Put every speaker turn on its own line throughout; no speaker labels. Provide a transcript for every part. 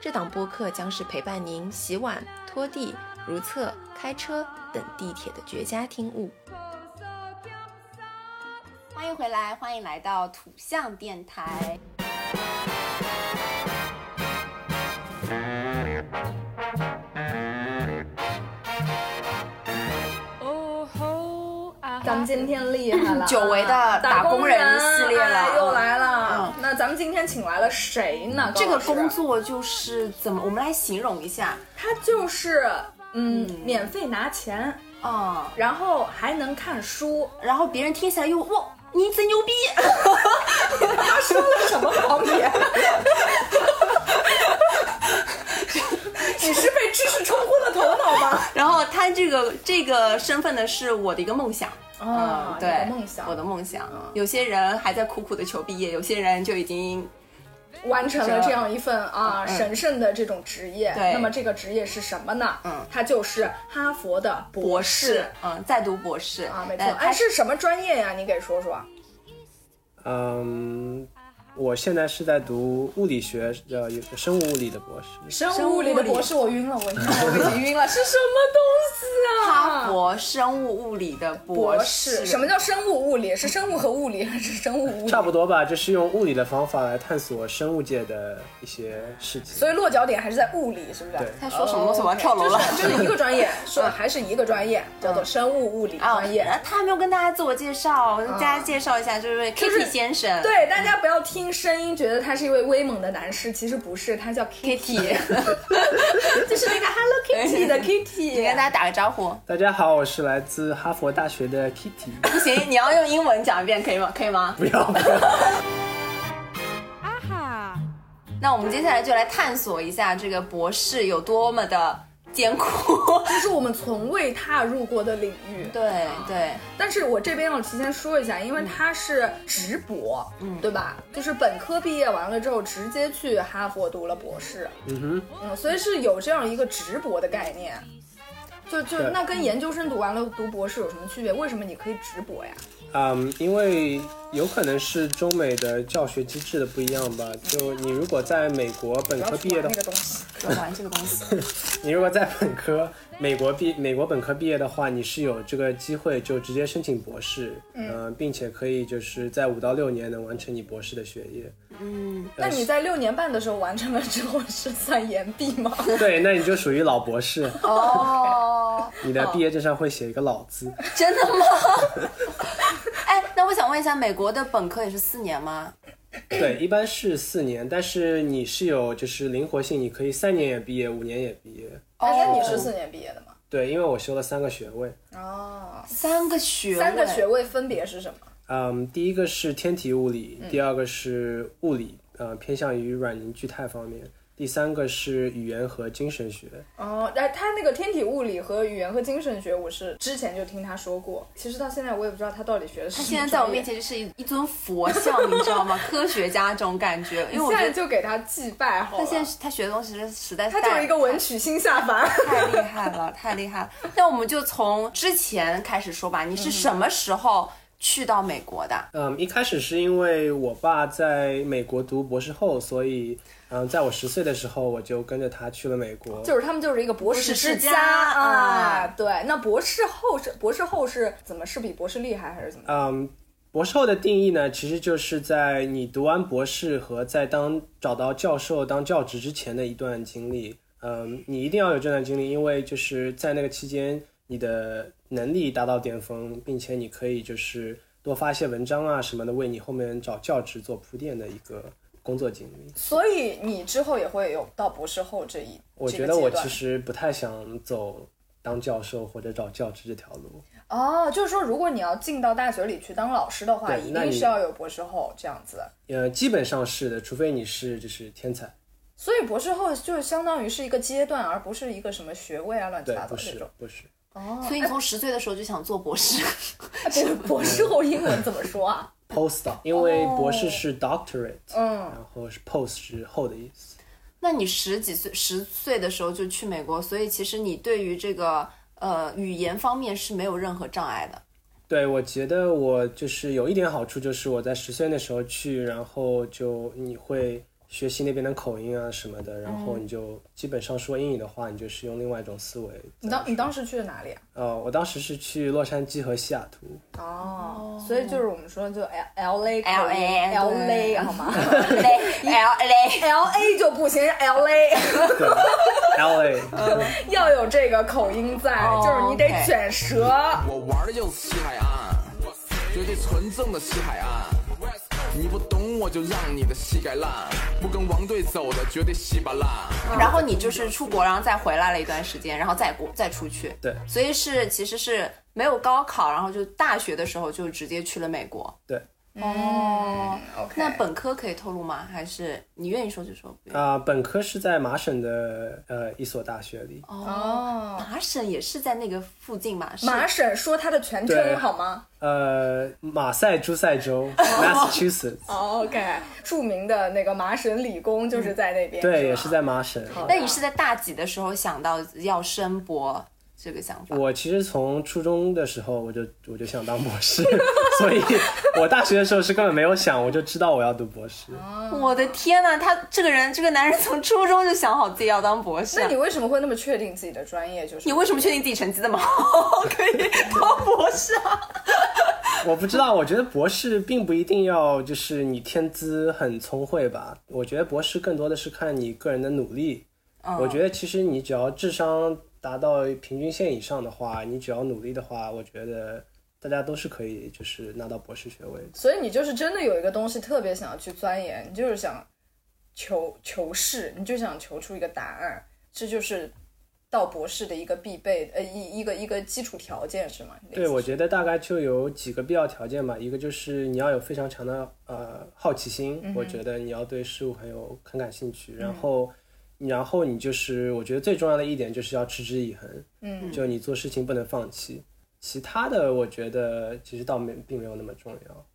这档播客将是陪伴您洗碗、拖地、如厕、开车等地铁的绝佳听物。欢迎回来，欢迎来到土象电台。
咱们今天厉害 了，
久违的
啊打
打
工
工人系列了
哎又来了
嗯。
那咱们今天请来了谁呢？
这
高
个
老师
工，作就是怎么，我们来形容一下，
他就是嗯，
嗯
免费拿钱，
嗯，
然后还能看书。
然后别人听起来又哇，你真牛逼，
他说了什么方言？ 你是被知识冲昏了头脑吗？
然后他这个这个身份呢是我的一个梦想，
啊
嗯，对，
你的梦想嗯
我的梦想，有些人还在苦苦的求毕业，有些人就已经
完成了这样一份啊神圣的这种职业。
对
那么这个职业是什么呢？
嗯
它就是哈佛的博
博士，嗯，在读博士
啊，没错。
呃
哎，
他
是什么专业呀？你给说说。
嗯，我现在是在读物理学的生物物理的博士，
生
生物
物
物
里
理
的博士，我晕了，我晕了， 我已经晕了，是什么东西啊？
哈佛生物物理的博
博士，什么叫生物物理？是生物和物理还是生物物理？
差不多吧，就是用物理的方法来探索生物界的一些事情
所。以落脚点还是在物理，是不是？
对
在说什么东西？我要跳楼了。
就是就是一个专业，说还 是一个专业，叫做生物物理
啊
专业。，
他还没有跟大家自我介绍，跟大家介绍一下，嗯就是 Kitty 先生，
对，大家不要听声音觉得他是一位威猛的男士，其实不是，他叫
Kitty，
Kitty，就是那个 Hello Kitty 的 Kitty。
你跟大家打个招呼。
大家好，我是来自哈佛大学的 Kitty。
不行，你要用英文讲一遍，可以吗？可以吗？
不要，不要
那我们接下来就来探索一下这个博士有多么的艰苦。
这是我们从未踏入过的领域，
对对，
但是我这边要提前说一下，因为他是直博，嗯，对吧？就是本科毕业完了之后，直接去哈佛读了博士，
嗯
嗯，所以是有这样一个直博的概念。就就
对
那跟研究生读完了读博士有什么区别？为什么你可以直博呀？
哼，嗯，因为有可能是中美的教学机制的不一样吧。就你如果在美国本
不
科
要
毕
去
业
玩
的
那，个东西。
就玩这个东西。
你如果在本科 美国毕美国本科毕业的话，你是有这个机会就直接申请博士，嗯、并且可以就是在五到六年能完成你博士的学业。
那
呃
你在六年半的时候完成了之后是算研毕吗？
对，那你就属于老博士，
哦，
你的毕业证上会写一个“老”字。
真的吗？哎，那我想问一下，美国的本科也是四年吗？
对，一般是四年，但是你是有就是灵活性，你可以三年也毕业，五年也毕业。
哎，那你是四年毕业的吗？
对，因为我修了三个学位，
哦，
三个学位
三个学位分别是什么？
嗯，第一个是天体物理，第二个是物理，呃，偏向于软凝聚态方面，第三个是语言和精神学。
哦，哎，他那个天体物理和语言和精神学，我是之前就听他说过，其实到现在我也不知道他到底学的是
他
什么
现在在我
专业
面。前就是一一尊佛像，你知道吗？科学家这种感觉，因
现
为我
在
觉得
就给他祭拜好
他
了。
现在他学的东西是实在是
他就是
太
一个文曲星下凡。
太厉害了， 太厉害了！那我们就从之前开始说吧，你是什么时候去到美国的？
嗯，一开始是因为我爸在美国读博士后，所以，嗯，在我十岁的时候我就跟着他去了美国。
就是他们就是一个博士之
博士之家
啊，
啊
对。那博士后是博士后是怎么是比博士厉害还是怎么？
嗯，博士后的定义呢，其实就是在你读完博士和在当找到教授当教职之前的一段经历。嗯，你一定要有这段经历，因为就是在那个期间，你的能力达到巅峰，并且你可以就是多发一些文章啊什么的，为你后面找教职做铺垫的一个工作经历。
所以你之后也会有到博士后这一，
我
这
觉
个
得
阶
我
段
其实不太想走当教授或者找教职这条路。
哦，就是说如果你要进到大学里去当老师的话，
对
一
那
定
你
是要有博士后这样子。
呃，基本上是的，除非你是就是天才。
所以博士后就是相当于是一个阶段，而不是一个什么学位啊乱七
对
八，糟
不
的这
是
种。
不是，
哦，
所以你从十岁的时候就想做博士，
博啊博士后英文怎么说啊？
postdoc，因为博士是 doctorate，、
哦嗯，
然后是 post 是后的意思。
那你十几岁、十岁的时候就去美国，所以其实你对于这个呃语言方面是没有任何障碍的。
对，我觉得我就是有一点好处，就是我在十岁的时候去，然后就你会学习那边的口音啊什么的，然后
嗯
你就基本上说英语的话，你就是用另外一种思维在说。
你当你当时去了哪里啊？
呃，我当时是去洛杉矶和西雅图，
哦，所以就是我们说就 L L A
L A
L
对
A 好吗
L A
？L A 就不行，L A
对，L A，
要有这个口音在，
哦
就是你得
OK
卷舌。
我玩的就是西海岸，绝对纯正的西海岸。你不懂我就让你的膝盖烂，不跟王队走的绝对稀巴烂。
然后你就是出国，然后再回来了一段时间，然后再过再出去。
对
所以是其实是没有高考，然后就大学的时候就直接去了美国。
对，
哦，
OK，
那本科可以透露吗？还是你愿意说就说？不愿意
啊、本科是在麻省的呃一所大学里，
哦，
麻省也是在那个附近嘛？是
麻省说它的全
对
称好吗
呃，马赛诸塞州 （Massachusetts），
哦？OK，著名的那个麻省理工就是在那边，
嗯对，
吧
也是在麻省。
那你是在大几的时候想到要升博这个想法？
我其实从初中的时候我就我就想当博士， 所以我大学的时候是根本没有想，我就知道我要读博士。
我的天呐，他这个人，这个男人从初中就想好自己要当博士啊
那。你为什么会那么确定自己的专业？就是
你为什么确定自己成绩这么好 可以当博士啊？
我不知道，我觉得博士并不一定要就是你天资很聪慧吧，我觉得博士更多的是看你个人的努力。我觉得其实你只要智商达到平均线以上的话，你只要努力的话，我觉得大家都是可以就是拿到博士学位的。
所以你就是真的有一个东西特别想要去钻研，你就是想求求是，你就想求出一个答案，这就是到博士的一个必备呃一一个一个基础条件是吗？
对，我觉得大概就有几个必要条件吧。一个就是你要有非常强的呃好奇心，我觉得你要对事物很有很感兴趣。然后，然后你就是我觉得最重要的一点就是要持之以恒，嗯，就你做事情不能放弃。其他的我觉得其实倒没并没有那么重要。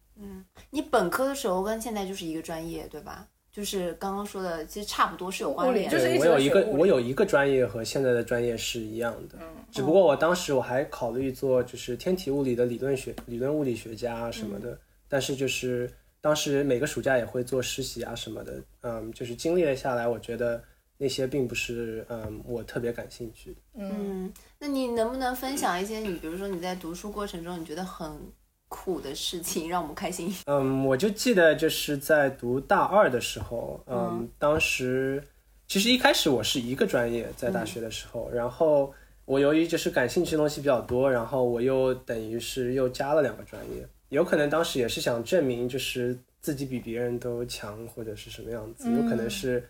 你本科的时候跟现在就是一个专业，对吧？就是刚刚说的，其实差不多是有关联的。
就是
对
一直
哎我有
在
一
学
个
物理嗯
我有一个专业和现在的专业是一样的，只不过我当时我还考虑做就是天体物理的理论学理论物理学家啊什么的，
嗯
但是就是当时每个暑假也会做实习啊什么的，嗯，就是经历了下来，我觉得那些并不是嗯我特别感兴趣的。
嗯，那你能不能分享一些你，比如说你在读书过程中你觉得很酷的事情，让我们开心？
嗯，我就记得就是在读大二的时候，嗯，当时其实一开始我是一个专业在大学的时候，然后我由于就是感兴趣的东西比较多，然后我又等于是又加了两个专业，有可能当时也是想证明就是自己比别人都强或者是什么样子，有可能是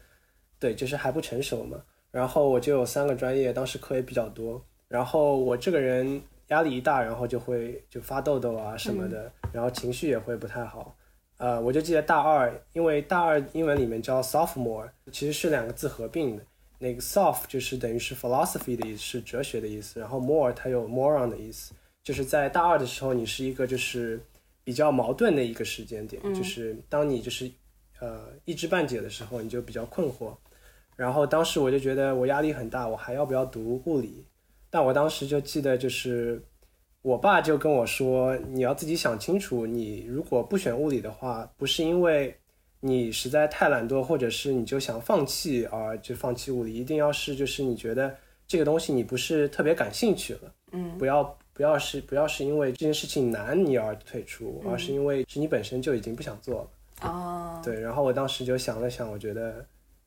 对，就是还不成熟嘛。然后我就有三个专业，当时课也比较多。然后我这个人压力一大，然后就会就发痘痘啊什么的，然后情绪也会不太好。呃，我就记得大二，因为大二英文里面叫 sophomore，其实是两个字合并的。那个 soph 就是等于是 philosophy 的意思，是哲学的意思。然后 more 它有 moron 的意思，就是在大二的时候，你是一个就是比较矛盾的一个时间点，就是当你就是呃一知半解的时候，你就比较困惑。然后当时我就觉得我压力很大，我还要不要读物理？但我当时就记得，就是我爸就跟我说，你要自己想清楚，你如果不选物理的话，不是因为你实在太懒惰，或者是你就想放弃而就放弃物理，一定要是就是你觉得这个东西你不是特别感兴趣了，嗯，不要不要是不要是因为这件事情难你而退出，而是因为是你本身就已经不想做了。
哦，
对，然后我当时就想了想，我觉得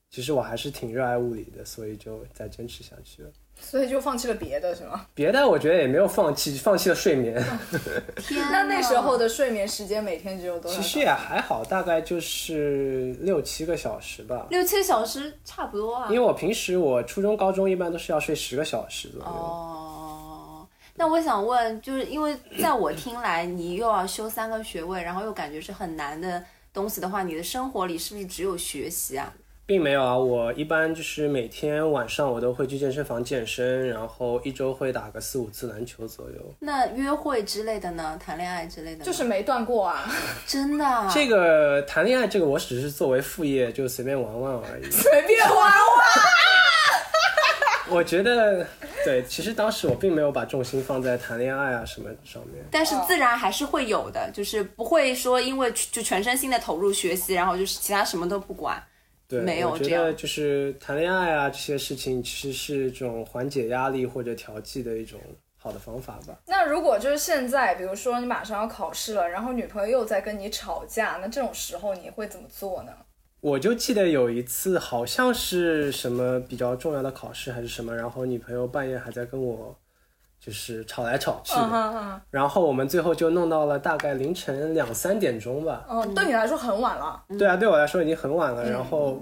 其实我还是挺热爱物理的，所以就再坚持下去了。
所以就放弃了别的是吗？
别的我觉得也没有放弃，放弃了睡眠，
天呐，
那那时候的睡眠时间每天只有多少
其
小时？
实也还好，大概就是六七个小时吧。
六七个小时差不多啊
因为。我平时我初中、高中一般都是要睡十个小时左右。
哦，那我想问，就是因为在我听来，你又要修三个学位，然后又感觉是很难的东西的话，你的生活里是不是只有学习啊？
并没有啊，我一般就是每天晚上我都会去健身房健身，然后一周会打个四五次篮球左右。
那约会之类的呢？谈恋爱之类的呢？
就是没断过啊，
真的啊，
这个谈恋爱这个我只是作为副业就随便玩玩而已。
随便玩玩。
我觉得，对，其实当时我并没有把重心放在谈恋爱啊什么上面。
但是自然还是会有的，就是不会说因为就全身心的投入学习，然后就是其他什么都不管。
对，
没有
我觉
这样
得就是谈恋爱啊这些事情，其实是这种缓解压力或者调剂的一种好的方法吧。
那如果就是现在，比如说你马上要考试了，然后女朋友又在跟你吵架，那这种时候你会怎么做呢？
我就记得有一次，好像是什么比较重要的考试还是什么，然后女朋友半夜还在跟我就是吵来
嗯
吵去的然后我们最后就弄到了大概凌晨两三点钟吧。
嗯，对你来说很晚了，
嗯
对啊，对我来说已经很晚了，然后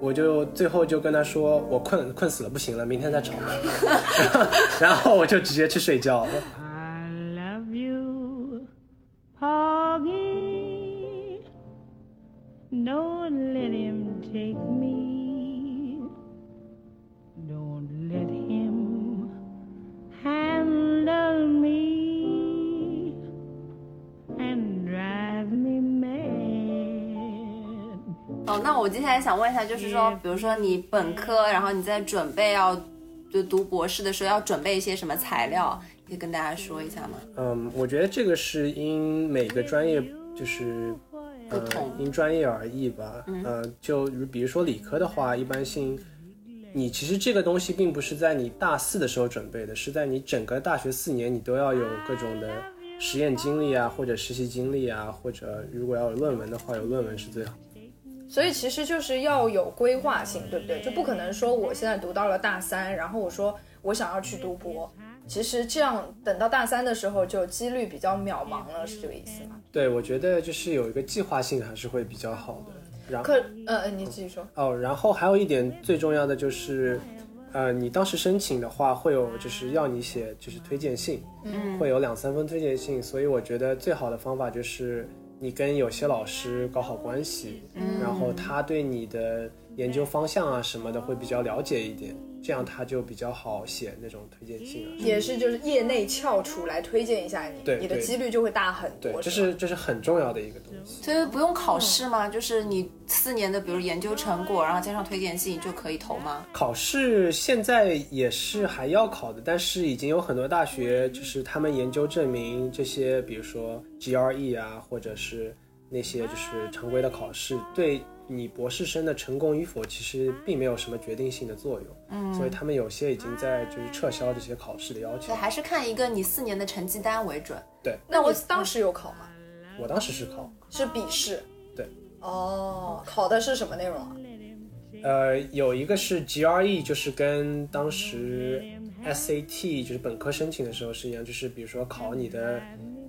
我就最后就跟他说我困困死了，不行了，明天再吵吧。 然后我就直接去睡觉了。
I love you, Poggy. Don't let him take me. Don't let him handle me and drive me mad.
哦，那我接下来想问一下，就是说，比如说你本科，然后你在准备要就读博士的时候，要准备一些什么材料，可以跟大家说一下吗？
嗯，我觉得这个是因每个专业就是
不
呃
同嗯
因专业而异吧。呃，就比如说理科的话，一般性你其实这个东西并不是在你大四的时候准备的，是在你整个大学四年你都要有各种的实验经历啊，或者实习经历啊，或者如果要有论文的话，有论文是最好。
所以其实就是要有规划性，对不对？就不可能说我现在读到了大三，然后我说我想要去读博，其实这样等到大三的时候就几率比较渺茫了，是这个意思吗？
对，我觉得就是有一个计划性还是会比较好的。然后
可，呃，呃你继续说。
哦，然后还有一点最重要的就是，呃，你当时申请的话，会有就是要你写就是推荐信，嗯，会有两三封推荐信，所以我觉得最好的方法就是你跟有些老师搞好关系，嗯，然后他对你的研究方向啊什么的会比较了解一点，这样他就比较好写那种推荐信啊什么的。
也是，就是业内翘楚来推荐一下你，
对
你的
对
几率就会大很多。
对，这
是吧
是这是很重要的一个东西。
所以不用考试吗？就是你四年的，比如研究成果，然后加上推荐信就可以投吗？
考试现在也是还要考的，但是已经有很多大学就是他们研究证明这些，比如说 GRE 啊，或者是那些就是常规的考试，对你博士生的成功与否其实并没有什么决定性的作用。嗯，所以他们有些已经在就是撤销这些考试的要求
对，。还是看一个你四年的成绩单为准。
对
那我当时有考吗？
我当时是考，
是笔试。
对。
哦，考的是什么内容啊？
呃，有一个是 GRE，就是跟当时 SAT 就是本科申请的时候是一样，就是比如说考你的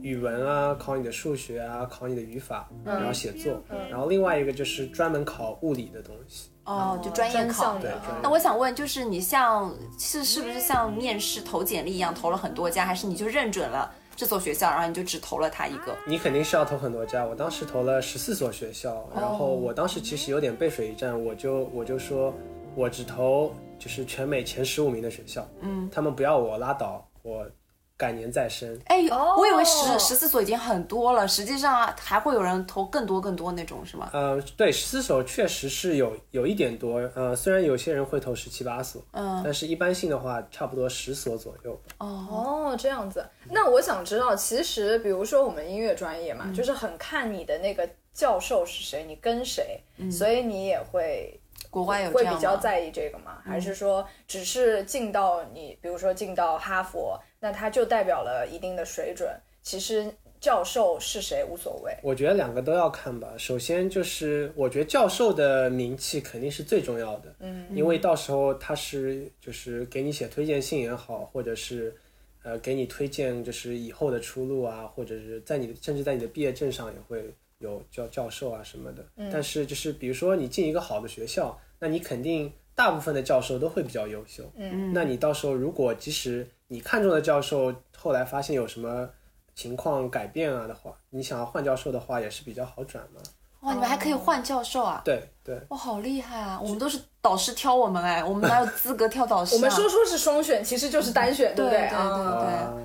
语文啊，考你的数学啊，考你的语法，然后写作，然后另外一个就是专门考物理的东西。
哦，就专业
专
考
项。的
对专业
那我想问，就是你像是是不是像面试投简历一样投了很多家，还是你就认准了这所学校，然后你就只投了它一个？
你肯定是要投很多家，我当时投了十四所学校，然后我当时其实有点背水一战，我就我就说我只投就是全美前十五名的学校，嗯，他们不要我拉倒，我改年再申。
哎，
哦
我以为十十四所已经很多了，实际上还会有人投更多更多那种，是吗？
呃，对，十四所确实是有有一点多，呃，虽然有些人会投十七八所，嗯，但是一般性的话，差不多十所左右吧。
哦，这样子。那我想知道，其实比如说我们音乐专业嘛，
嗯
就是很看你的那个教授是谁，你跟谁，所以你也会
国外嗯有这
会
样
比
吗嗯
较在意这个吗？还是说只是进到你，比如说进到哈佛，那它就代表了一定的水准？其实教授是谁无所谓。
我觉得两个都要看吧。首先就是，我觉得教授的名气肯定是最重要的，嗯，因为到时候他是就是给你写推荐信也好，或者是呃给你推荐就是以后的出路啊，或者是在你的甚至在你的毕业证上也会有教教授啊什么的。但是就是比如说你进一个好的学校，那你肯定大部分的教授都会比较优秀。嗯，那你到时候如果即使你看中的教授后来发现有什么情况改变啊的话，你想要换教授的话也是比较好转嘛。
哇，你们还可以换教授啊！
对对，
哇，好厉害啊！我们都是导师挑我们哎，我们哪有资格挑导师、啊？
我们说说是双选，其实就是单选，对
对
不
对
啊，
对
啊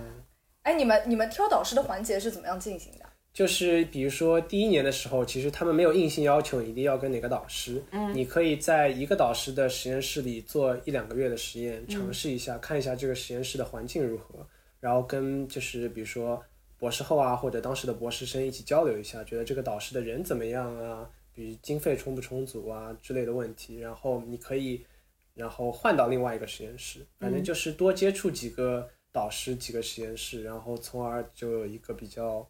哎，你们你们挑导师的环节是怎么样进行的？
就是比如说第一年的时候，其实他们没有硬性要求你一定要跟哪个导师，嗯，你可以在一个导师的实验室里做一两个月的实验，尝试一下，看一下这个实验室的环境如何，然后跟就是比如说博士后啊或者当时的博士生一起交流一下，觉得这个导师的人怎么样啊，比如经费充不充足啊之类的问题，然后你可以然后换到另外一个实验室，反正就是多接触几个导师、几个实验室，然后从而就有一个比较。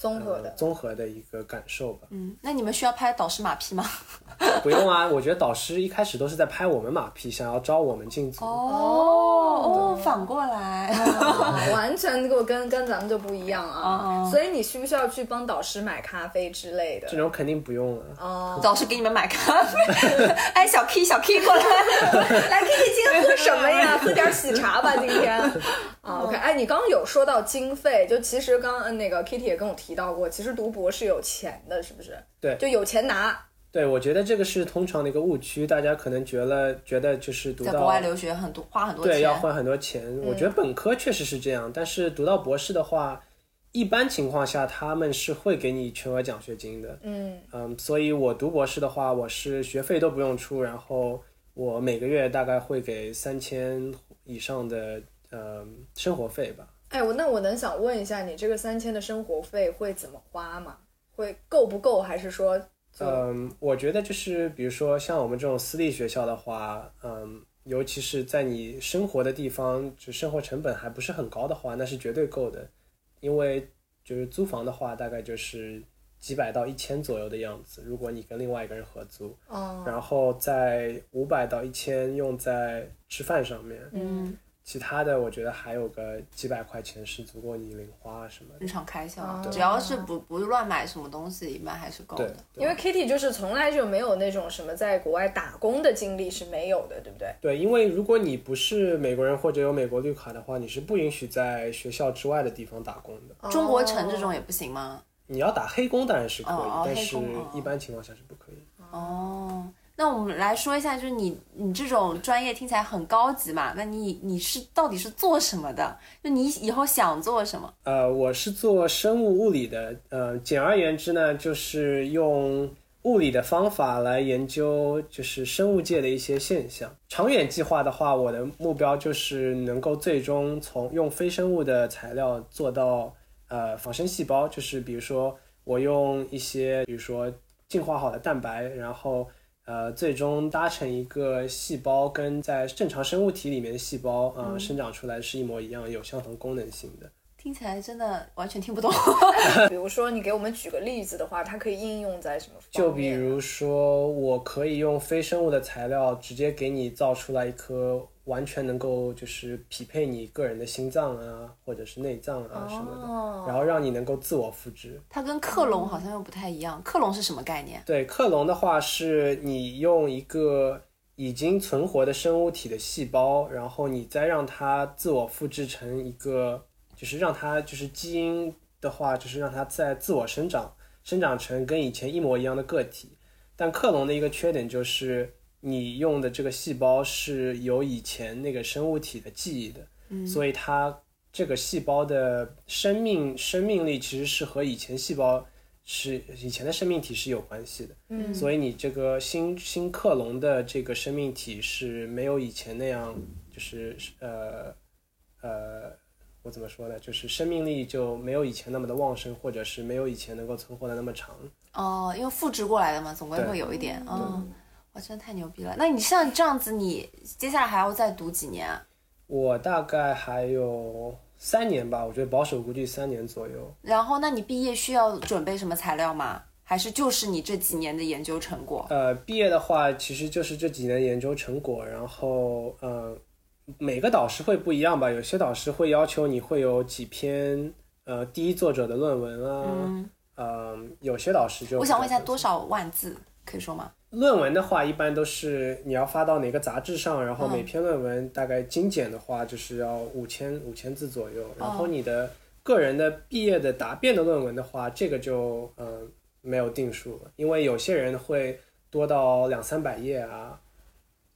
综合
呃
的，
综合的一个感受吧。
嗯，那你们需要拍导师马屁吗？
不用啊，我觉得导师一开始都是在拍我们马屁，想要招我们进组。
哦哦，反过来，
完全跟跟跟咱们就不一样
哦
啊。所以你需不需要去帮导师买咖啡之类的？
这种肯定不用啊了。
哦，
导师给你们买咖啡。 哎，小 K 小 K 过来，
来，Kitty 今天喝什么 呀？喝点喜茶吧，今天。啊，OK，哎，你刚刚有说到经费，就其实刚嗯那个 Kitty 也跟我提到过，其实读博是有钱的，是不是？
对
就有钱拿。
对，我觉得这个是通常的一个误区，大家可能觉得觉得就是读
在
到
国外留学很多花很多
啊对要
钱，嗯
花很多钱。我觉得本科确实是这样，但是读到博士的话，一般情况下他们是会给你全额奖学金的。
嗯，
嗯，所以我读博士的话，我是学费都不用出，然后我每个月大概会给三千以上的呃生活费吧。
哎，我那我能想问一下，你这个三千的生活费会怎么花吗？会够不够，还是说就
嗯，我觉得就是比如说像我们这种私立学校的话，嗯，尤其是在你生活的地方，就生活成本还不是很高的话，那是绝对够的，因为就是租房的话，大概就是几百到一千左右的样子，如果你跟另外一个人合租，
哦，
然后在五百到一千用在吃饭上面，
嗯，
其他的我觉得还有个几百块钱是足够你零花啊什么的，
日常开销，
哦
只要是不不乱买什么东西，一般还是够
对
的。，
对
因为 Kitty 就是从来就没有那种什么在国外打工的经历是没有的，对不对？
对，因为如果你不是美国人或者有美国绿卡的话，你是不允许在学校之外的地方打工的。
中国城这种也不行吗？
你要打黑工当然是可以，
哦哦
但
黑
是
工哦
一般情况下是不可以。
哦，那我们来说一下，就是你你这种专业听起来很高级嘛，那你你是到底是做什么的？就你以后想做什么？
呃，我是做生物物理的，呃，简而言之呢，就是用物理的方法来研究就是生物界的一些现象。长远计划的话，我的目标就是能够最终从用非生物的材料做到呃仿生细胞，就是比如说我用一些比如说进化好的蛋白，然后呃最终搭成一个细胞跟在正常生物体里面的细胞啊、呃生长出来是一模一样，有相同功能性的。
听起来真的完全听 不懂。
比如说，你给我们举个例子的话，它可以应用在什么方面？
就比如说，我可以用非生物的材料直接给你造出来一颗完全能够就是匹配你个人的心脏啊，或者是内脏啊什么的，
哦
然后让你能够自我复制。
它跟克隆好像又不太一样，克隆是什么概念？
对，克隆的话是你用一个已经存活的生物体的细胞，然后你再让它自我复制成一个，就是让它就是基因的话，就是让它在自我生长，生长成跟以前一模一样的个体。但克隆的一个缺点就是，你用的这个细胞是有以前那个生物体的记忆的，所以它这个细胞的生命生命力其实是和以前细胞是以前的生命体是有关系的。
嗯
所以你这个新新克隆的这个生命体是没有以前那样，就是呃呃，我怎么说呢？就是生命力就没有以前那么的旺盛，或者是没有以前能够存活的那么长。
哦，因为复制过来的嘛，总归
对
会有一点。嗯，哇，真的太牛逼了！那你像这样子，你接下来还要再读几年啊？
我大概还有三年吧，我觉得保守估计三年左右。
然后，那你毕业需要准备什么材料吗？还是就是你这几年的研究成果？
呃，毕业的话，其实就是这几年研究成果，然后呃，每个导师会不一样吧，有些导师会要求你会有几篇呃第一作者的论文啊，嗯、有些导师就
我想问一下，
比较
多少万字可以说吗？
论文的话，一般都是你要发到哪个杂志上，然后
嗯
每篇论文大概精简的话就是要五千五千字左右，然后你的个人的毕业的答辩的论文的话，这个就嗯、呃没有定数，因为有些人会多到两三百页啊，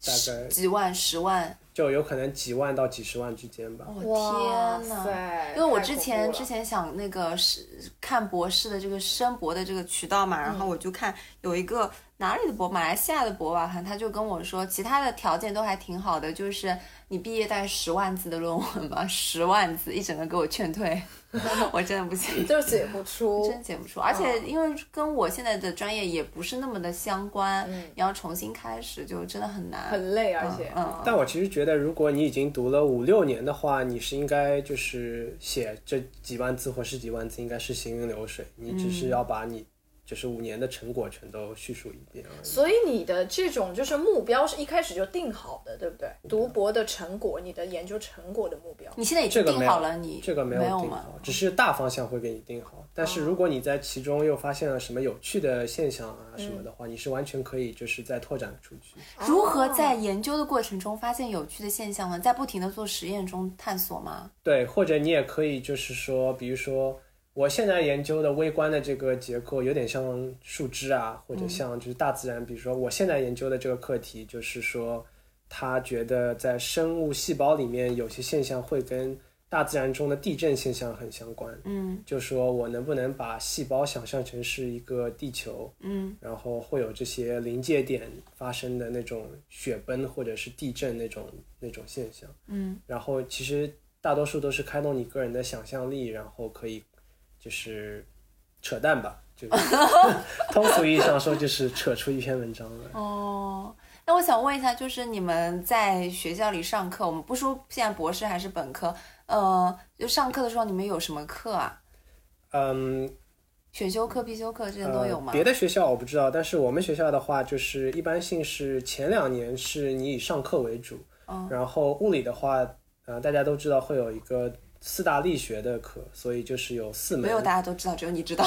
大概
几万、十万，
就有可能几万到几十万之间吧。
我天哪！
塞
因为我
太
之
恐
前
怖了
之前想那个是看博士的这个申博的这个渠道嘛，然后我就看有一个哪里的博，马来西亚的博吧，好像他就跟我说，其他的条件都还挺好的，就是你毕业大概十万字的论文吧，十万字一整个给我劝退， 我真的不 行。
就是解不出
真，解不出，而且因为跟我现在的专业也不是那么的相关，你要重新开始就真的很难，
很累，而且
嗯，
但我其实觉得，如果你已经读了五六年的话，你是应该就是写这几万字或十几万字，应该是行云流水。你只是要把你就是五年的成果全都叙述一遍而已。
嗯所以你的这种就是目标是一开始就定好的，对不对？读博的成果，你的研究成果的目标，
你现在已
这
经
个没
定好
有
了，你
这个没
有
定
吗
好？，只是大方向会给你定好。但是如果你在其中又发现了什么有趣的现象啊什么的话，你是完全可以就是再拓展出去。
如何
哦
在研究的过程中发现有趣的现象呢？在不停的做实验中探索吗？
对，或者你也可以就是说，比如说我现在研究的微观的这个结构有点像树枝啊，或者像就是大自然，比如说我现在研究的这个课题就是说，他觉得在生物细胞里面有些现象会跟大自然中的地震现象很相关。
嗯
就说我能不能把细胞想象成是一个地球，
嗯，
然后会有这些临界点发生的那种雪崩或者是地震那种那种现象，
嗯，
然后其实大多数都是开动你个人的想象力，然后可以就是扯淡吧，就是通俗意义上说就是扯出一篇文章来。
哦，那我想问一下，就是你们在学校里上课，我们不说现在博士还是本科，呃，就上课的时候你们有什么课啊？
嗯，
选修课、必修课这些都有吗？
呃？别的学校我不知道，但是我们学校的话，就是一般性是前两年是你以上课为主，
哦
然后物理的话，呃，大家都知道会有一个四大力学的课，所以就是有四门
没有，大家都知道，只有你知道。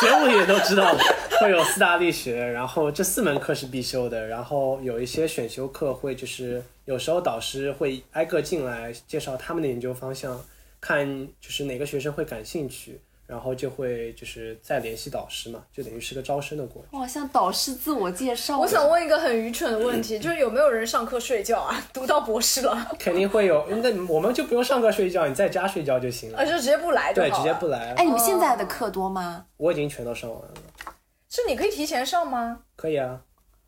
学物理的都知道的，会有四大力学，然后这四门课是必修的，然后有一些选修课会就是有时候导师会挨个进来介绍他们的研究方向，看就是哪个学生会感兴趣。然后就会就是再联系导师嘛，就等于是个招生的过程。
哇，像导师自我介绍，
我想问一个很愚蠢的问题，就是有没有人上课睡觉啊？ 读到博士了，
肯定会有，那我们就不用上课睡觉，你在家睡觉就行
啊，
了。
就直接不来就好
对，
了。
直接不来
哎，。你们现在的课多吗？
我已经全都上完了，
是你可以提前上吗？
可以啊，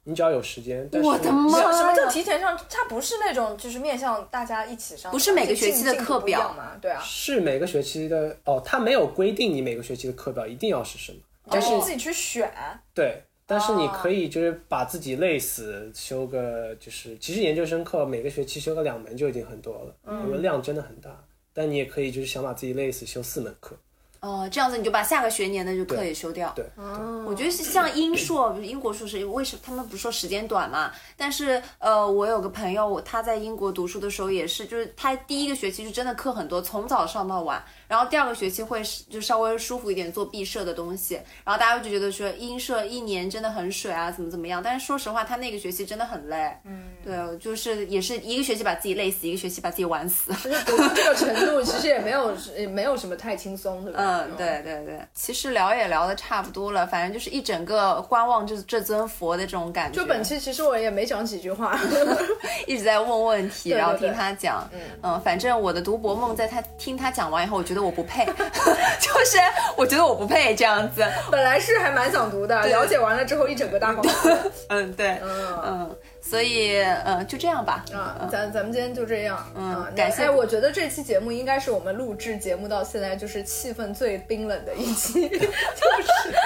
你只要有时间。但是
我的妈
什
呀！
什么叫提前上？它不是那种就是面向大家一起上的，
不是每个学期的
进进
课
度不一样
表
嘛？对啊，
是每个学期的哦，它没有规定你每个学期的课表一定要是什么，
但
哦
是你自己去选。
对。但是你可以就是把自己累死，修个就是其实研究生课每个学期修个两门就已经很多了，
嗯
因为量真的很大。但你也可以就是想把自己累死，修四门课。
哦，这样子你就把下个学年的就课
对
也修掉。
对，
嗯
我觉得是像英硕，英国硕士，为什么他们不说时间短嘛？但是呃，我有个朋友，我他在英国读书的时候也是，就是他第一个学期就真的课很多，从早上到晚，然后第二个学期会是就稍微舒服一点做毕设的东西，然后大家就觉得说英社一年真的很水啊，怎么怎么样？但是说实话，他那个学期真的很累，嗯，对，就是也是一个学期把自己累死，一个学期把自己 玩死。
就是读到这个程度，其实也没有也没有什么太轻松，对不对？
嗯，对对对，其实聊也聊的差不多了，反正就是一整个观望这这尊佛的这种感觉。
就本期其实我也没讲几句话，
一直在问问题，
对
然后
对
听他讲。嗯，反正我的读博梦，在他听他讲完以后，我觉得我不配， 就是我觉得我不配这样子。
本来是还蛮想读的，了解完了之后一整个大放松。
嗯，对，嗯，所以嗯，就这样吧。
啊，咱咱们今天就这样。
嗯
啊那
感谢
哎，我觉得这期节目应该是我们录制节目到现在就是气氛最冰冷的一期， 就是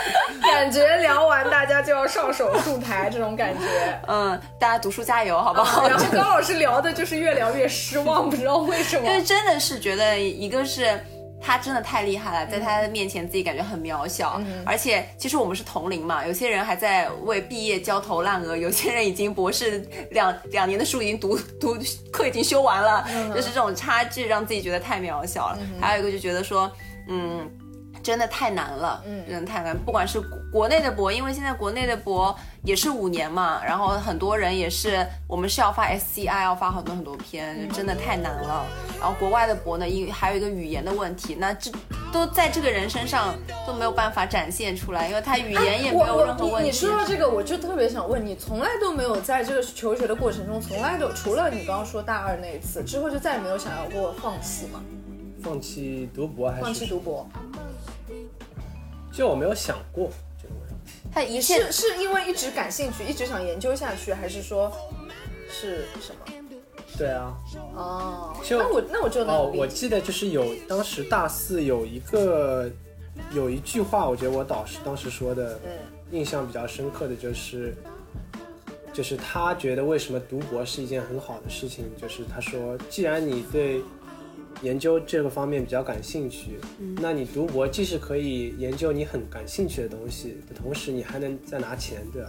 感觉聊完大家就要上手术台这种感觉。啊
嗯，大家读书加油，好不好？
嗯然后高老师聊的就是越聊越失望，不知道为什么
因。为真的是觉得一个是。他真的太厉害了，在他的面前自己感觉很渺小，而且其实我们是同龄嘛，有些人还在为毕业焦头烂额，有些人已经博士两两年的书已经读 读课已经修完了，就是这种差距让自己觉得太渺小了。还有一个就觉得说，嗯，真的太难了，
嗯
真的太难。不管是国国内的博，因为现在国内的博也是五年嘛，然后很多人也是，我们是要发 SCI，要发很多很多篇，真的太难了。然后国外的博呢，因还有一个语言的问题，那这都在这个人身上都没有办法展现出来，因为他语言也没有
啊我
任何
我
问
你
题。
你说到这个，我就特别想问你，从来都没有在这个求学的过程中，从来都除了你刚刚说大二那一次之后，就再也没有想要过放弃嘛？
放弃读博还是
放弃读？博
就我没有想过这个问题。
他一切
是是因为一直感兴趣，一直想研究下去，还是说是什么？
对啊，
哦，
就
那我那我就
哦
能，
我
理解。
记得就是有当时大四有一个有一句话，我觉得我导师当时说的，印象比较深刻的就是，就是他觉得为什么读博是一件很好的事情，就是他说，既然你对研究这个方面比较感兴趣，
嗯
那你读博既是可以研究你很感兴趣的东西的同时，你还能再拿钱，对吧？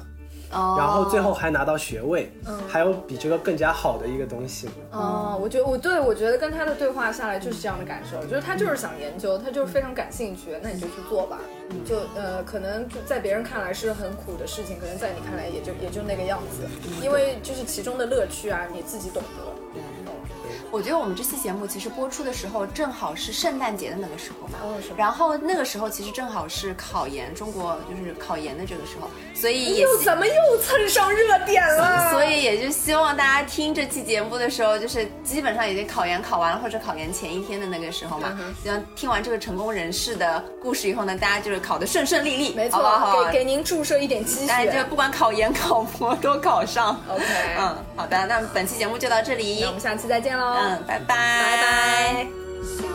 哦
然后最后还拿到学位，
嗯
还有比这个更加好的一个东西吗？
嗯
哦，我觉得我对我觉得跟他的对话下来就是这样的感受，就是他就是想研究，他就是非常感兴趣，那你就去做吧。
嗯
就呃，可能就在别人看来是很苦的事情，可能在你看来也就也就那个样子，
嗯
因为就是其中的乐趣啊，你自己懂得。
我觉得我们这期节目其实播出的时候正好是圣诞节的那个时候嘛，
哦是吗
然后那个时候其实正好是考研，中国就是考研的这个时候，所以也
又
希
哎怎么又蹭上热点了？
所以也就希望大家听这期节目的时候，就是基本上已经考研考完了，或者考研前一天的那个时候
嗯
嘛，像听完这个成功人士的故事以后呢，大家就是考得顺顺利利，
没
好不好
错，给给您注射一点积
大家
雪
就。不管考研考博都考上。
OK，
嗯，好的，那本期节目就到这里
那我，们下期再见喽。
嗯，拜拜，
拜
拜
拜。
She